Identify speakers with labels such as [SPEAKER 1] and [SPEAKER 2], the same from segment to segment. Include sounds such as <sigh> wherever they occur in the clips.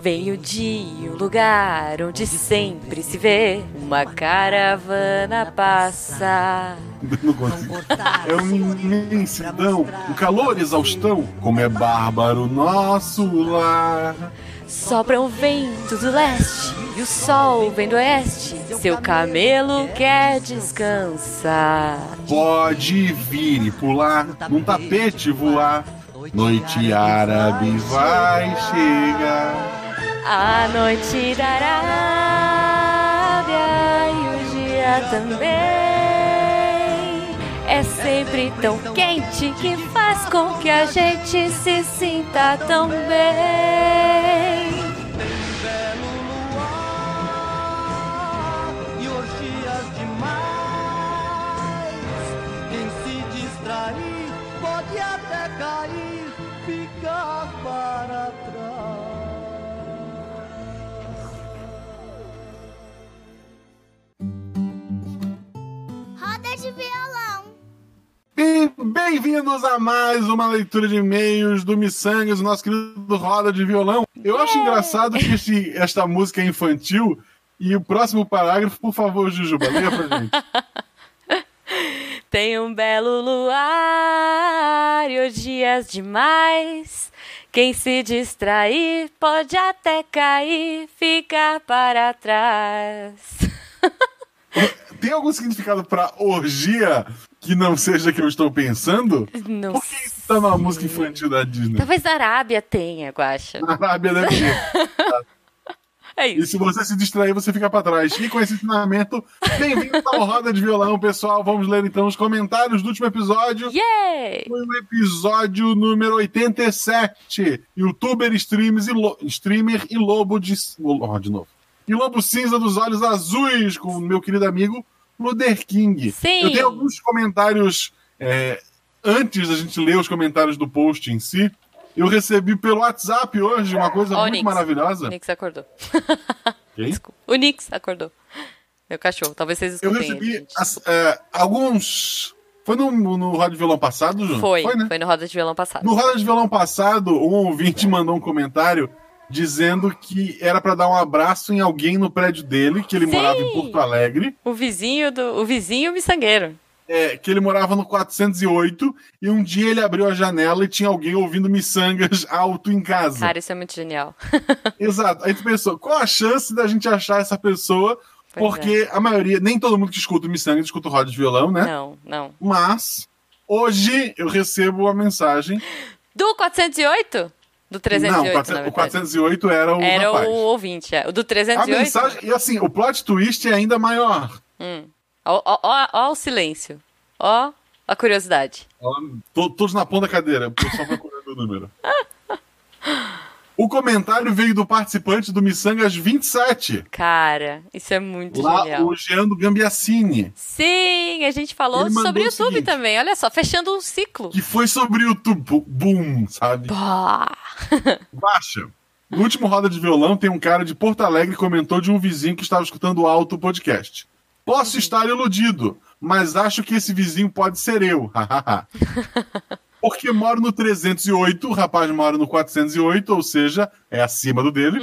[SPEAKER 1] Venho de um lugar onde sempre se vê uma caravana passar.
[SPEAKER 2] Não consigo. É uma imensidão, um calor exaustão, como é bárbaro nosso lar.
[SPEAKER 1] Sopra um vento do leste e o sol vem do oeste. Seu camelo quer descansar.
[SPEAKER 2] Pode vir e pular, num tapete voar. Noite árabe vai chegar.
[SPEAKER 1] A noite da Arábia e o dia também é sempre tão quente que faz com que a gente se sinta tão bem.
[SPEAKER 3] e orgias demais. Quem se distrair pode até cair, ficar para trás.
[SPEAKER 4] Roda de violão.
[SPEAKER 2] E bem-vindos a mais uma leitura de e-mails do Missangas, nosso querido Roda de Violão. Eu acho engraçado que este- esta música é infantil. E o próximo parágrafo, por favor, Jujuba, leia pra gente.
[SPEAKER 1] Tem um belo luar e os dias demais. Quem se distrair pode até cair, ficar para trás. <laughs>
[SPEAKER 2] Tem algum significado pra orgia que não seja que eu estou pensando?
[SPEAKER 1] Não
[SPEAKER 2] Por que isso tá numa música infantil da <laughs> Disney?
[SPEAKER 1] Talvez a Arábia tenha, Guaxa.
[SPEAKER 2] Na Arábia deve ter.
[SPEAKER 1] É
[SPEAKER 2] E
[SPEAKER 1] isso.
[SPEAKER 2] se você se distrair, você fica pra trás. E com esse ensinamento, bem-vindo ao Roda de Violão, pessoal. Vamos ler então os comentários do último episódio.
[SPEAKER 1] Yay!
[SPEAKER 2] Foi o episódio número 87. Youtuber, streams e lo- streamer e lobo de. Oh, de novo. E lobo cinza dos olhos azuis, com o meu querido amigo Luther King.
[SPEAKER 1] Sim.
[SPEAKER 2] Eu tenho alguns comentários. é, antes da gente ler os comentários do post em si, eu recebi pelo WhatsApp hoje uma coisa
[SPEAKER 1] Ó,
[SPEAKER 2] muito
[SPEAKER 1] Nix.
[SPEAKER 2] maravilhosa.
[SPEAKER 1] O Nix acordou.
[SPEAKER 2] Quem?
[SPEAKER 1] Desculpa. O Nix acordou. Meu cachorro. Talvez vocês
[SPEAKER 2] Eu
[SPEAKER 1] escutem. ele,
[SPEAKER 2] recebi
[SPEAKER 1] gente.
[SPEAKER 2] as- é, alguns. Foi no, no Roda de Violão passado, João?
[SPEAKER 1] Foi, foi,
[SPEAKER 2] né?
[SPEAKER 1] no Roda de Violão passado.
[SPEAKER 2] No Roda de Violão passado, um ouvinte mandou um comentário dizendo que era pra dar um abraço em alguém no prédio dele, que ele
[SPEAKER 1] Sim.
[SPEAKER 2] morava em Porto Alegre,
[SPEAKER 1] O vizinho do. O vizinho miçangueiro.
[SPEAKER 2] é, que ele morava no 408, e um dia ele abriu a janela e tinha alguém ouvindo miçangas <laughs> alto em casa.
[SPEAKER 1] Cara, isso é muito genial.
[SPEAKER 2] Exato. Aí tu pensou, qual a chance da gente achar essa pessoa?
[SPEAKER 1] Pois é.
[SPEAKER 2] Porque a maioria, nem todo mundo que escuta o miçangas escuta o Roda de Violão, né?
[SPEAKER 1] <laughs> Não, não.
[SPEAKER 2] Mas hoje eu recebo uma mensagem.
[SPEAKER 1] Do 408? Do 308,
[SPEAKER 2] não,
[SPEAKER 1] na
[SPEAKER 2] 400 o
[SPEAKER 1] verdade.
[SPEAKER 2] 408 era o
[SPEAKER 1] Era
[SPEAKER 2] rapaz.
[SPEAKER 1] o ouvinte. é. O do
[SPEAKER 2] A
[SPEAKER 1] 308?
[SPEAKER 2] mensagem, e assim, o plot twist é ainda maior.
[SPEAKER 1] Hum. Ó, ó, ó, ó o silêncio. Ó a curiosidade.
[SPEAKER 2] Ó, to- Todos na ponta da cadeira, o pessoal procurando o número. O comentário veio do participante do Missangas 27,
[SPEAKER 1] Cara, isso é muito
[SPEAKER 2] lá
[SPEAKER 1] genial.
[SPEAKER 2] o Jean do Gambiacini,
[SPEAKER 1] Sim, a gente falou
[SPEAKER 2] Ele mandou
[SPEAKER 1] sobre o
[SPEAKER 2] o
[SPEAKER 1] YouTube
[SPEAKER 2] seguinte.
[SPEAKER 1] também. Olha só, fechando um ciclo.
[SPEAKER 2] que foi sobre o YouTube. Bu- Boom, sabe?
[SPEAKER 1] Pá.
[SPEAKER 2] Baixa. No último roda de violão, tem um cara de Porto Alegre que comentou de um vizinho que estava escutando alto o podcast. Posso estar iludido, mas acho que esse vizinho pode ser eu. <laughs> hahaha. Porque moro no 308, o rapaz mora no 408, ou seja, é acima do dele.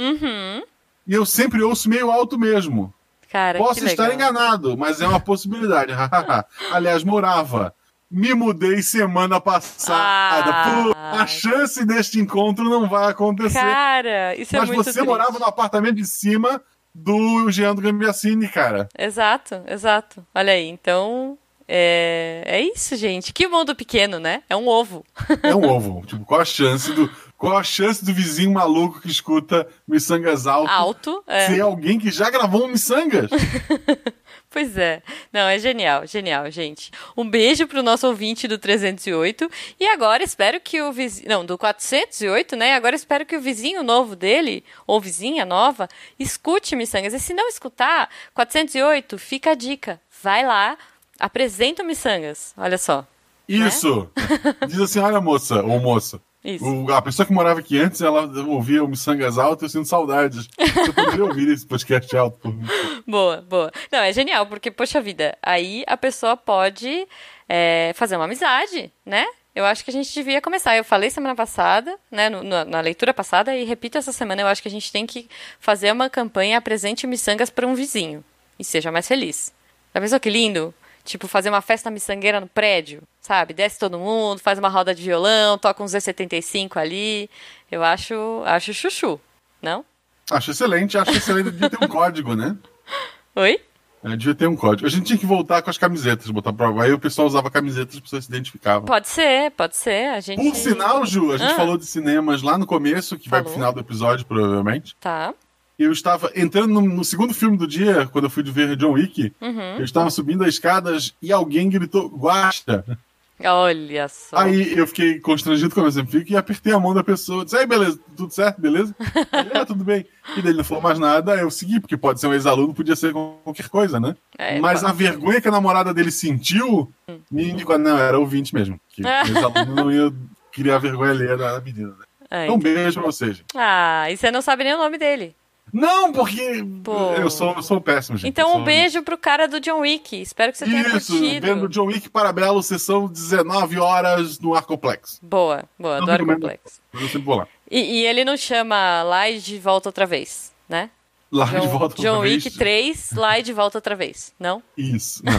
[SPEAKER 2] E eu sempre ouço meio alto mesmo.
[SPEAKER 1] Cara,
[SPEAKER 2] Posso
[SPEAKER 1] que
[SPEAKER 2] estar
[SPEAKER 1] legal.
[SPEAKER 2] enganado, mas é uma possibilidade. <laughs> hahaha. Aliás, morava. Me mudei semana passada.
[SPEAKER 1] Ah.
[SPEAKER 2] Pô, a chance deste encontro não vai acontecer.
[SPEAKER 1] Cara, isso é
[SPEAKER 2] mas
[SPEAKER 1] muito
[SPEAKER 2] você
[SPEAKER 1] triste.
[SPEAKER 2] morava no apartamento de cima do Jean do Gambiacini, cara.
[SPEAKER 1] Exato, exato. Olha aí, então... É... é isso, gente. Que mundo pequeno, né? É um ovo.
[SPEAKER 2] É um ovo. <laughs> Tipo, qual a chance do. Qual a chance do vizinho maluco que escuta miçangas alto,
[SPEAKER 1] Alto. é.
[SPEAKER 2] ser alguém que já gravou um miçangas?
[SPEAKER 1] Pois é. Não, é genial, genial, gente. Um beijo pro nosso ouvinte do 308. E agora espero que o vizinho. Não, do 408, né? Agora espero que o vizinho novo dele, ou vizinha nova, escute Missangas. E se não escutar, 408, fica a dica. Vai lá, apresenta o Missangas. Olha só.
[SPEAKER 2] Isso! Diz assim: olha, moça, ou moço.
[SPEAKER 1] Né? Isso.
[SPEAKER 2] o- a pessoa que morava aqui antes, ela ouvia o Missangas alto, eu sinto saudades. Você poderia ouvir esse podcast alto por mim.
[SPEAKER 1] Boa, boa. Não, é genial, porque, poxa vida, aí a pessoa pode é, fazer uma amizade, né? Eu acho que a gente devia começar. Eu falei semana passada, né, no- na, na leitura passada, e repito essa semana. Eu acho que a gente tem que fazer uma campanha apresente miçangas para um vizinho e seja mais feliz. Já pensou que lindo? Tipo, fazer uma festa miçangueira no prédio, sabe? Desce todo mundo, faz uma roda de violão, toca um Z75 ali. Eu acho, acho chuchu, não?
[SPEAKER 2] Acho excelente, acho excelente. Devia ter um código, né?
[SPEAKER 1] Oi?
[SPEAKER 2] É, devia ter um código. A gente tinha que voltar com as camisetas, botar prova. Aí o pessoal usava camisetas, as pessoas se identificavam.
[SPEAKER 1] Pode ser, pode ser. A gente.
[SPEAKER 2] Por Um sinal, Ju, a gente
[SPEAKER 1] Ah.
[SPEAKER 2] falou de cinemas lá no começo, que vai pro
[SPEAKER 1] Falou.
[SPEAKER 2] final do episódio, provavelmente.
[SPEAKER 1] Tá.
[SPEAKER 2] Eu estava entrando no, no segundo filme do dia, quando eu fui de ver John Wick,
[SPEAKER 1] Uhum.
[SPEAKER 2] eu estava subindo as escadas e alguém gritou, guasta.
[SPEAKER 1] Olha só.
[SPEAKER 2] Aí eu fiquei constrangido, como eu sempre fico, e apertei a mão da pessoa. Disse, aí, beleza, tudo certo, beleza?
[SPEAKER 1] <laughs>
[SPEAKER 2] Ele, ah, tudo bem. E daí ele não falou mais nada, aí eu segui, porque pode ser um ex-aluno, podia ser qualquer coisa, né?
[SPEAKER 1] É, Hum.
[SPEAKER 2] Mas
[SPEAKER 1] pode.
[SPEAKER 2] a vergonha que a namorada dele sentiu, me indicou, "Ah, não, era ouvinte mesmo.
[SPEAKER 1] <laughs>
[SPEAKER 2] Que o ex-aluno não ia criar vergonha alheia da menina, né?
[SPEAKER 1] Ai.
[SPEAKER 2] Então, um beijo pra vocês. gente.
[SPEAKER 1] Ah, e você não sabe nem o nome dele.
[SPEAKER 2] Não, porque
[SPEAKER 1] Pô.
[SPEAKER 2] eu sou, eu sou péssimo, gente. Eu
[SPEAKER 1] Então,
[SPEAKER 2] sou-
[SPEAKER 1] um beijo pro cara do John Wick. Espero que você tenha
[SPEAKER 2] Isso, vendo
[SPEAKER 1] curtido.
[SPEAKER 2] John Wick para Belo, sessão 19 horas no Arcoplex.
[SPEAKER 1] Boa, boa,
[SPEAKER 2] Não
[SPEAKER 1] adoro
[SPEAKER 2] recomendo.
[SPEAKER 1] complexo.
[SPEAKER 2] Eu sempre vou lá.
[SPEAKER 1] E, e ele não chama lá e de volta outra vez, né?
[SPEAKER 2] Lá de
[SPEAKER 1] John,
[SPEAKER 2] volta outra
[SPEAKER 1] John
[SPEAKER 2] vez.
[SPEAKER 1] Wick 3, lá e de volta outra vez, não?
[SPEAKER 2] Isso, não.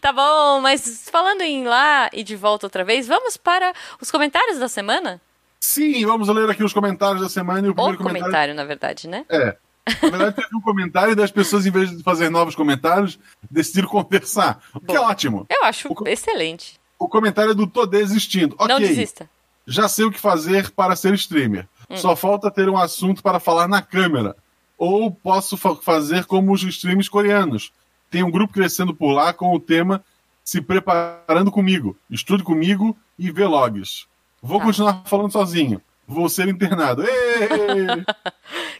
[SPEAKER 1] Tá bom, mas falando em lá e de volta outra vez, vamos para os comentários da semana?
[SPEAKER 2] Sim, vamos ler aqui os comentários da semana e o
[SPEAKER 1] Ou
[SPEAKER 2] primeiro
[SPEAKER 1] comentário,
[SPEAKER 2] comentário.
[SPEAKER 1] na verdade, né?
[SPEAKER 2] É. Na verdade, teve um comentário das pessoas, em vez de fazer novos comentários, decidiram conversar. O que é
[SPEAKER 1] Bom.
[SPEAKER 2] ótimo.
[SPEAKER 1] Eu acho
[SPEAKER 2] O co-
[SPEAKER 1] excelente.
[SPEAKER 2] O comentário é do Tô Desistindo.
[SPEAKER 1] Não
[SPEAKER 2] Ok,
[SPEAKER 1] desista.
[SPEAKER 2] já sei o que fazer para ser streamer.
[SPEAKER 1] Hum.
[SPEAKER 2] Só falta ter um assunto para falar na câmera. Ou posso fa- fazer como os streams coreanos. Tem um grupo crescendo por lá com o tema Se Preparando Comigo, Estude Comigo e Vlogs. Vou
[SPEAKER 1] Tá.
[SPEAKER 2] continuar falando sozinho. Vou ser internado. Êêê!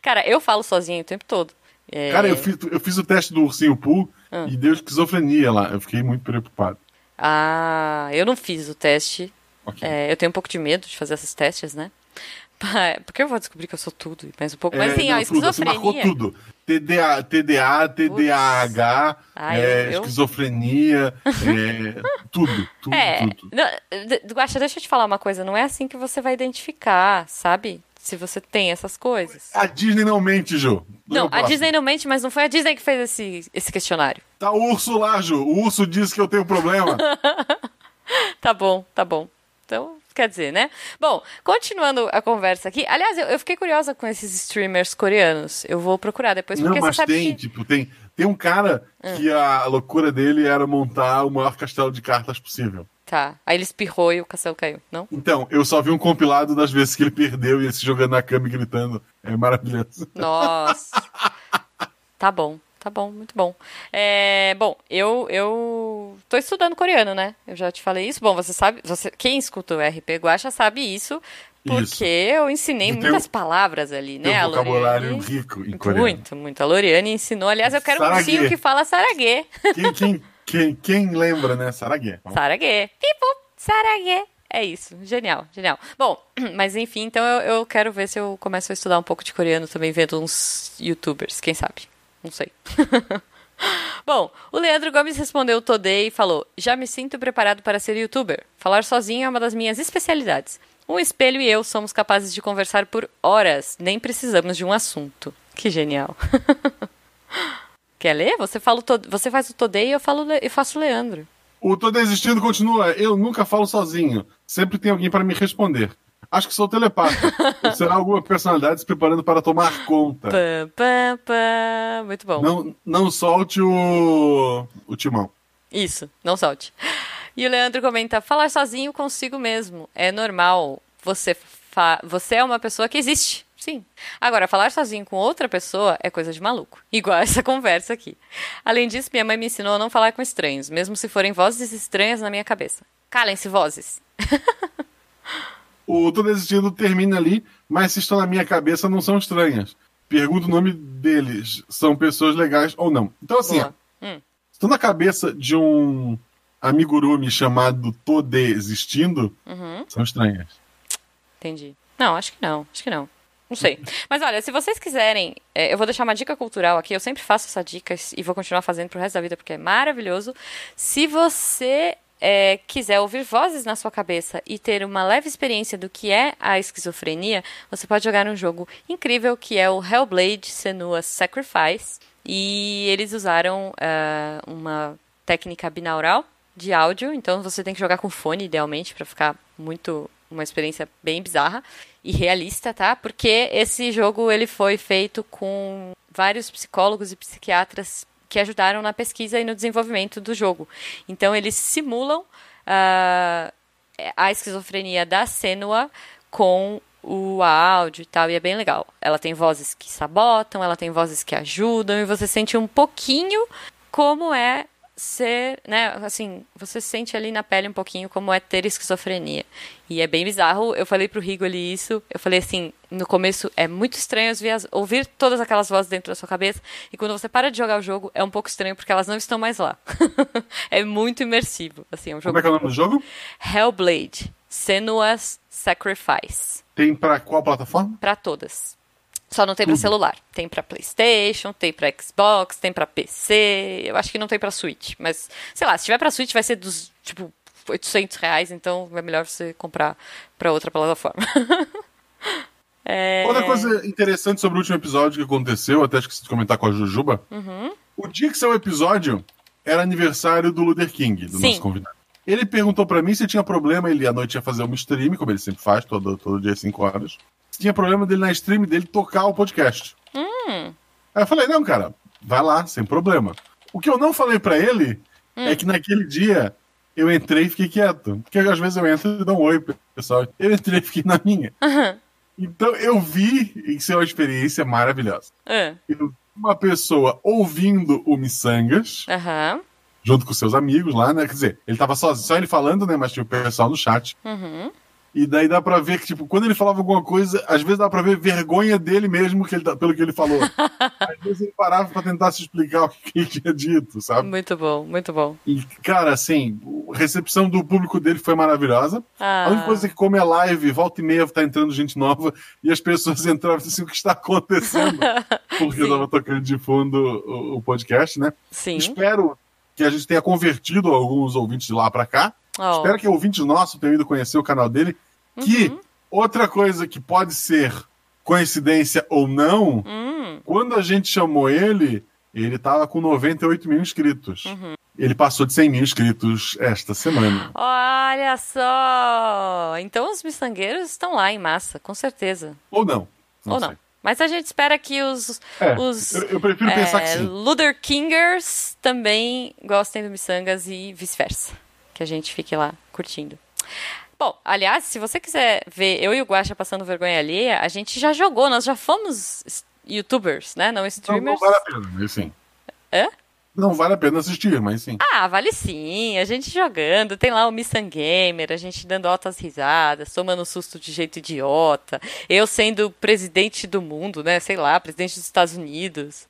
[SPEAKER 1] Cara, eu falo sozinho o tempo todo. <laughs> É,
[SPEAKER 2] Cara, eu fiz, eu fiz o teste do ursinho Poo
[SPEAKER 1] Ah.
[SPEAKER 2] e deu esquizofrenia lá. Eu fiquei muito preocupado.
[SPEAKER 1] Ah, eu não fiz o teste.
[SPEAKER 2] Ok.
[SPEAKER 1] É, eu tenho um pouco de medo de fazer esses testes, né? Pa- Porque eu vou descobrir que eu sou tudo, e mais um pouco. Mas
[SPEAKER 2] É,
[SPEAKER 1] assim, ó,
[SPEAKER 2] não, tudo, Você marcou
[SPEAKER 1] esquizofrenia.
[SPEAKER 2] tudo. TDA, TDA TDAH,
[SPEAKER 1] Ah,
[SPEAKER 2] é,
[SPEAKER 1] eu- eu- <laughs>
[SPEAKER 2] esquizofrenia, é, tudo, tudo,
[SPEAKER 1] É.
[SPEAKER 2] tudo.
[SPEAKER 1] não, d- Guaxa, deixa eu te falar uma coisa. Não é assim que você vai identificar, sabe? Se você tem essas coisas.
[SPEAKER 2] A Disney não mente, Ju.
[SPEAKER 1] Não, a
[SPEAKER 2] Próximo.
[SPEAKER 1] Disney não mente, mas não foi a Disney que fez esse, esse questionário. <laughs>
[SPEAKER 2] Tá o urso lá, Ju. O urso disse que eu tenho problema.
[SPEAKER 1] Tá bom, tá bom. Então, quer dizer, né? Bom, continuando a conversa aqui. Aliás, eu, eu fiquei curiosa com esses streamers coreanos. Eu vou procurar depois,
[SPEAKER 2] não,
[SPEAKER 1] porque
[SPEAKER 2] mas
[SPEAKER 1] você sabe
[SPEAKER 2] tem,
[SPEAKER 1] que... Ah.
[SPEAKER 2] tipo, tem, tem um cara que a loucura dele era montar o maior castelo de cartas possível.
[SPEAKER 1] Tá, aí ele espirrou e o castelo caiu, não?
[SPEAKER 2] Então, eu só vi um compilado das vezes que ele perdeu e ele se jogando na cama e gritando. É maravilhoso.
[SPEAKER 1] Nossa. tá bom, tá bom, muito bom. É, bom, eu eu tô estudando coreano, né? Eu já te falei isso. Bom, você sabe, você quem escuta o RP Guacha sabe isso, porque
[SPEAKER 2] Isso.
[SPEAKER 1] eu ensinei
[SPEAKER 2] Tem
[SPEAKER 1] muitas
[SPEAKER 2] um-
[SPEAKER 1] palavras ali, né,
[SPEAKER 2] Tem
[SPEAKER 1] a
[SPEAKER 2] um vocabulário
[SPEAKER 1] Loriane?
[SPEAKER 2] rico em coreano.
[SPEAKER 1] Muito, muito. A Loriane ensinou. Aliás, eu quero um
[SPEAKER 2] Sarague.
[SPEAKER 1] ursinho que fala sarague.
[SPEAKER 2] Quem, quem, quem, quem lembra, né? Saraguê.
[SPEAKER 1] Sarague. Pipo, sarague. É isso, genial, genial. Bom, <clears throat> mas enfim, então eu, eu quero ver se eu começo a estudar um pouco de coreano também, vendo uns youtubers, quem sabe? Não sei. <laughs> Bom, o Leandro Gomes respondeu Todei e falou: Já me sinto preparado para ser youtuber. Falar sozinho é uma das minhas especialidades. Um espelho e eu somos capazes de conversar por horas, nem precisamos de um assunto. Que genial. <laughs> Quer ler? Você, fala o Tod- você faz o Todei e eu, falo, Le- eu faço o Leandro.
[SPEAKER 2] O Tô Desistindo continua. Eu nunca falo sozinho. Sempre tem alguém para me responder. Acho que sou telepata.
[SPEAKER 1] <laughs>
[SPEAKER 2] Ou Será alguma personalidade se preparando para tomar conta?
[SPEAKER 1] Pam, pam, pam. Muito bom.
[SPEAKER 2] Não, não solte o, o timão.
[SPEAKER 1] Isso, não solte. E o Leandro comenta: falar sozinho consigo mesmo. É normal. Você, fa- você é uma pessoa que existe. Sim. Agora, falar sozinho com outra pessoa é coisa de maluco. Igual essa <laughs> conversa aqui. Além disso, minha mãe me ensinou a não falar com estranhos, mesmo se forem vozes estranhas na minha cabeça. Calem-se, vozes.
[SPEAKER 2] O Tô Desistindo termina ali, mas se estão na minha cabeça, não são estranhas. Pergunto o nome deles. São pessoas legais ou não? Então, assim, ó,
[SPEAKER 1] Boa. Hum.
[SPEAKER 2] Estou na cabeça de um amigurumi chamado Tô Desistindo.
[SPEAKER 1] Uhum.
[SPEAKER 2] São estranhas.
[SPEAKER 1] Entendi. Não, acho que não. Acho que não. Não sei. Mas olha, se vocês quiserem, é, eu vou deixar uma dica cultural aqui. Eu sempre faço essa dica e vou continuar fazendo pro resto da vida porque é maravilhoso. Se você é, quiser ouvir vozes na sua cabeça e ter uma leve experiência do que é a esquizofrenia, você pode jogar um jogo incrível que é o Hellblade Senua Sacrifice. E eles usaram ah, uma técnica binaural de áudio, então você tem que jogar com fone, idealmente, para ficar muito uma experiência bem bizarra e realista, tá? Porque esse jogo ele foi feito com vários psicólogos e psiquiatras que ajudaram na pesquisa e no desenvolvimento do jogo. Então eles simulam ah, a esquizofrenia da Senua com o áudio e tal, e é bem legal. Ela tem vozes que sabotam, ela tem vozes que ajudam, e você sente um pouquinho como é ser, né, assim, você sente ali na pele um pouquinho como é ter esquizofrenia. E é bem bizarro, eu falei pro Rigo ali isso, eu falei assim, no começo é muito estranho as vias- ouvir todas aquelas vozes dentro da sua cabeça, e quando você para de jogar o jogo, é um pouco estranho, porque elas não estão mais lá. <laughs> é muito imersivo, assim, é um jogo...
[SPEAKER 2] Como é que é o nome do jogo?
[SPEAKER 1] Hellblade, Senua's Sacrifice.
[SPEAKER 2] Tem pra qual plataforma?
[SPEAKER 1] Pra todas. Só não tem
[SPEAKER 2] Uhum.
[SPEAKER 1] pra celular. Tem pra PlayStation, tem pra Xbox, tem pra PC. Eu acho que não tem pra Switch, mas sei lá, se tiver pra Switch vai ser dos tipo 800 reais, então é melhor você comprar pra outra plataforma. <laughs> É,
[SPEAKER 2] Outra coisa interessante sobre o último episódio que aconteceu, até esqueci de comentar com a Jujuba.
[SPEAKER 1] Uhum.
[SPEAKER 2] O dia que saiu o episódio era aniversário do Luther King, do
[SPEAKER 1] Sim.
[SPEAKER 2] nosso convidado. Ele perguntou pra mim se tinha problema, ele à noite ia fazer uma stream, como ele sempre faz, todo, todo dia às 5 horas. Se tinha problema dele na stream dele tocar o podcast.
[SPEAKER 1] Hum.
[SPEAKER 2] Aí eu falei, não, cara, vai lá, sem problema. O que eu não falei pra ele
[SPEAKER 1] Hum.
[SPEAKER 2] é que naquele dia eu entrei e fiquei quieto. Porque às vezes eu entro e dou um oi pro pessoal. Eu entrei e fiquei na minha. Então eu vi, isso é uma experiência maravilhosa.
[SPEAKER 1] ah,
[SPEAKER 2] Eu vi uma pessoa ouvindo o Missangas,
[SPEAKER 1] Aham.
[SPEAKER 2] junto com seus amigos lá, né? Quer dizer, ele tava sozinho, só ele falando, né? Mas tinha o pessoal no chat. E daí dá pra ver que, tipo, quando ele falava alguma coisa, às vezes dá pra ver vergonha dele mesmo que ele tá- pelo que ele falou. às vezes ele parava pra tentar se explicar o que ele tinha dito, sabe?
[SPEAKER 1] Muito bom, muito bom.
[SPEAKER 2] E, cara, assim, a recepção do público dele foi maravilhosa.
[SPEAKER 1] Ah.
[SPEAKER 2] A única coisa que, como é live, volta e meia tá entrando gente nova e as pessoas entravam assim: o que
[SPEAKER 1] <laughs>
[SPEAKER 2] está acontecendo? Porque eu
[SPEAKER 1] Sim.
[SPEAKER 2] tava tocando de fundo o, o podcast, né?
[SPEAKER 1] Sim.
[SPEAKER 2] Espero que a gente tenha convertido alguns ouvintes de lá pra cá.
[SPEAKER 1] Ó,
[SPEAKER 2] Espero que ouvintes nossos tenham ido conhecer o canal dele. Que
[SPEAKER 1] Uhum.
[SPEAKER 2] outra coisa que pode ser coincidência ou não,
[SPEAKER 1] hum,
[SPEAKER 2] quando a gente chamou ele, ele tava com 98 mil inscritos.
[SPEAKER 1] Uhum.
[SPEAKER 2] Ele passou de 100 mil inscritos esta semana.
[SPEAKER 1] Olha só! Então os miçangueiros estão lá em massa, com certeza.
[SPEAKER 2] Ou não.
[SPEAKER 1] Ou não.
[SPEAKER 2] sei.
[SPEAKER 1] Mas a gente espera que os,
[SPEAKER 2] É,
[SPEAKER 1] os
[SPEAKER 2] eu- eu prefiro pensar que sim.
[SPEAKER 1] É, Luther Kingers também gostem do Missangas e vice-versa. Que a gente fique lá curtindo. Bom, aliás, se você quiser ver eu e o Guaxa passando vergonha alheia, a gente já jogou, nós já fomos s- youtubers, né? Não
[SPEAKER 2] Não, não
[SPEAKER 1] streamers.
[SPEAKER 2] vale a pena, mas sim.
[SPEAKER 1] Hã?
[SPEAKER 2] Não vale a pena assistir, mas sim.
[SPEAKER 1] Ah, vale sim. A gente jogando. Tem lá o Missan Gamer, a gente dando altas risadas, tomando um susto de jeito idiota. Eu sendo presidente do mundo, né? Sei lá, presidente dos Estados Unidos.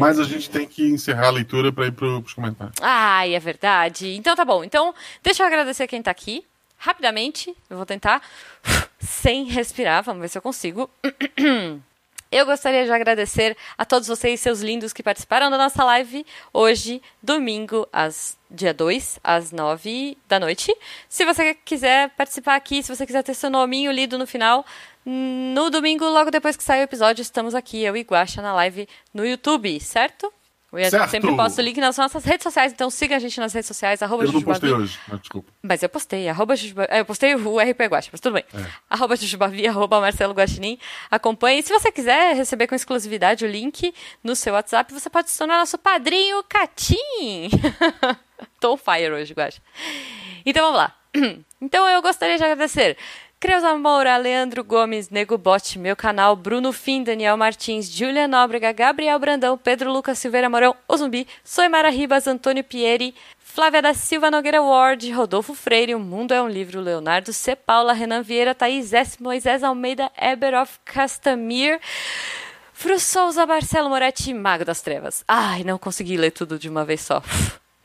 [SPEAKER 2] Mas a gente tem que encerrar a leitura para ir para os comentários.
[SPEAKER 1] Ai, é verdade. Então tá bom. Então, deixa eu agradecer quem tá aqui. Rapidamente, eu vou tentar <sighs> sem respirar, vamos ver se eu consigo. <clears throat> Eu gostaria de agradecer a todos vocês, seus lindos, que participaram da nossa live hoje, domingo, às, dia 2, às 9 da noite. Se você quiser participar aqui, se você quiser ter seu nominho lido no final, no domingo, logo depois que sair o episódio, estamos aqui, eu e Guaxa, na live no YouTube, certo? Eu
[SPEAKER 2] Certo.
[SPEAKER 1] sempre posto o link nas nossas redes sociais, então siga a gente nas redes sociais, arroba
[SPEAKER 2] Eu não
[SPEAKER 1] Jujubavi.
[SPEAKER 2] postei hoje, mas desculpa.
[SPEAKER 1] Mas eu postei, arroba Jujuba... é, Eu postei o RP Guaxa, mas tudo bem.
[SPEAKER 2] É.
[SPEAKER 1] Arroba Jujubavi, arroba Marcelo Guaxinim. Acompanhe. Se você quiser receber com exclusividade o link no seu WhatsApp, você pode se tornar nosso padrinho Catim. <laughs> Tô on fire hoje, Guaxa. Então vamos lá. <clears throat> Então eu gostaria de agradecer Creuza Moura, Leandro Gomes, Nego Bote, meu canal, Bruno Fim, Daniel Martins, Júlia Nóbrega, Gabriel Brandão, Pedro Lucas Silveira Mourão, O Zumbi, Soimara Ribas, Antônio Pieri, Flávia da Silva Nogueira Ward, Rodolfo Freire, O Mundo é um Livro, Leonardo C. Paula, Renan Vieira, Thaís S. Moisés Almeida, Eberoff Castamir, Fru Souza, Marcelo Moretti, Mago das Trevas. Ai, não consegui ler tudo de uma vez só. <laughs>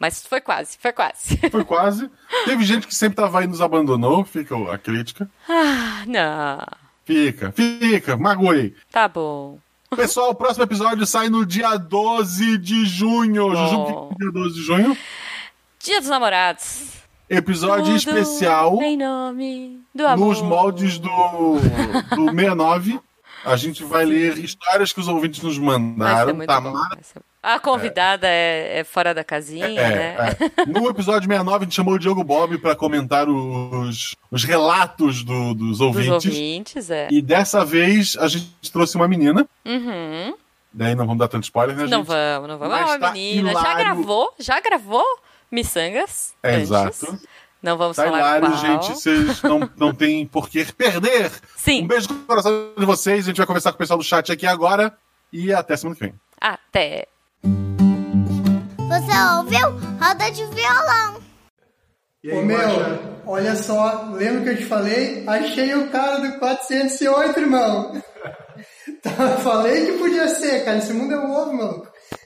[SPEAKER 1] Mas foi quase, foi quase. <laughs>
[SPEAKER 2] Foi quase. Teve gente que sempre tava aí e nos abandonou, fica a crítica.
[SPEAKER 1] Ah, não.
[SPEAKER 2] Fica, fica, magoei.
[SPEAKER 1] Tá bom.
[SPEAKER 2] Pessoal, o próximo episódio sai no dia
[SPEAKER 1] Oh.
[SPEAKER 2] 12 de junho. Juju, o que é dia 12 de junho?
[SPEAKER 1] Dia dos Namorados.
[SPEAKER 2] Episódio
[SPEAKER 1] Tudo
[SPEAKER 2] especial
[SPEAKER 1] Em nome do amor.
[SPEAKER 2] nos moldes do, do 69. A gente vai ler histórias que os ouvintes nos
[SPEAKER 1] Vai ser
[SPEAKER 2] mandaram. tá?
[SPEAKER 1] muito bom,
[SPEAKER 2] Tamara
[SPEAKER 1] vai ser- A convidada é, é fora da casinha, né?
[SPEAKER 2] É, é. No episódio 69, a gente chamou o Diogo Bob para comentar os, os relatos do- dos,
[SPEAKER 1] <laughs> Dos
[SPEAKER 2] ouvintes.
[SPEAKER 1] ouvintes, é.
[SPEAKER 2] E dessa vez a gente trouxe uma menina.
[SPEAKER 1] Uhum.
[SPEAKER 2] Daí não vamos dar tanto spoiler, né,
[SPEAKER 1] Não
[SPEAKER 2] gente?
[SPEAKER 1] vamos, não vamos.
[SPEAKER 2] Mas
[SPEAKER 1] Ah,
[SPEAKER 2] tá
[SPEAKER 1] menina, já
[SPEAKER 2] hilário.
[SPEAKER 1] gravou, já gravou Missangas
[SPEAKER 2] É,
[SPEAKER 1] antes.
[SPEAKER 2] exato.
[SPEAKER 1] Não vamos
[SPEAKER 2] Tá
[SPEAKER 1] falar
[SPEAKER 2] hilário,
[SPEAKER 1] qual.
[SPEAKER 2] gente. Vocês não, não têm por que perder. Um
[SPEAKER 1] Sim,
[SPEAKER 2] beijo no coração de vocês. A gente vai conversar com o pessoal do chat aqui agora. E até semana que vem.
[SPEAKER 1] até.
[SPEAKER 4] Você ouviu? Roda de violão.
[SPEAKER 5] Ô meu, olha só, lembra que eu te falei? Achei o cara do <laughs> 408, irmão. Tá, falei que podia ser, cara. Esse mundo é um ovo, maluco.
[SPEAKER 4] tá Um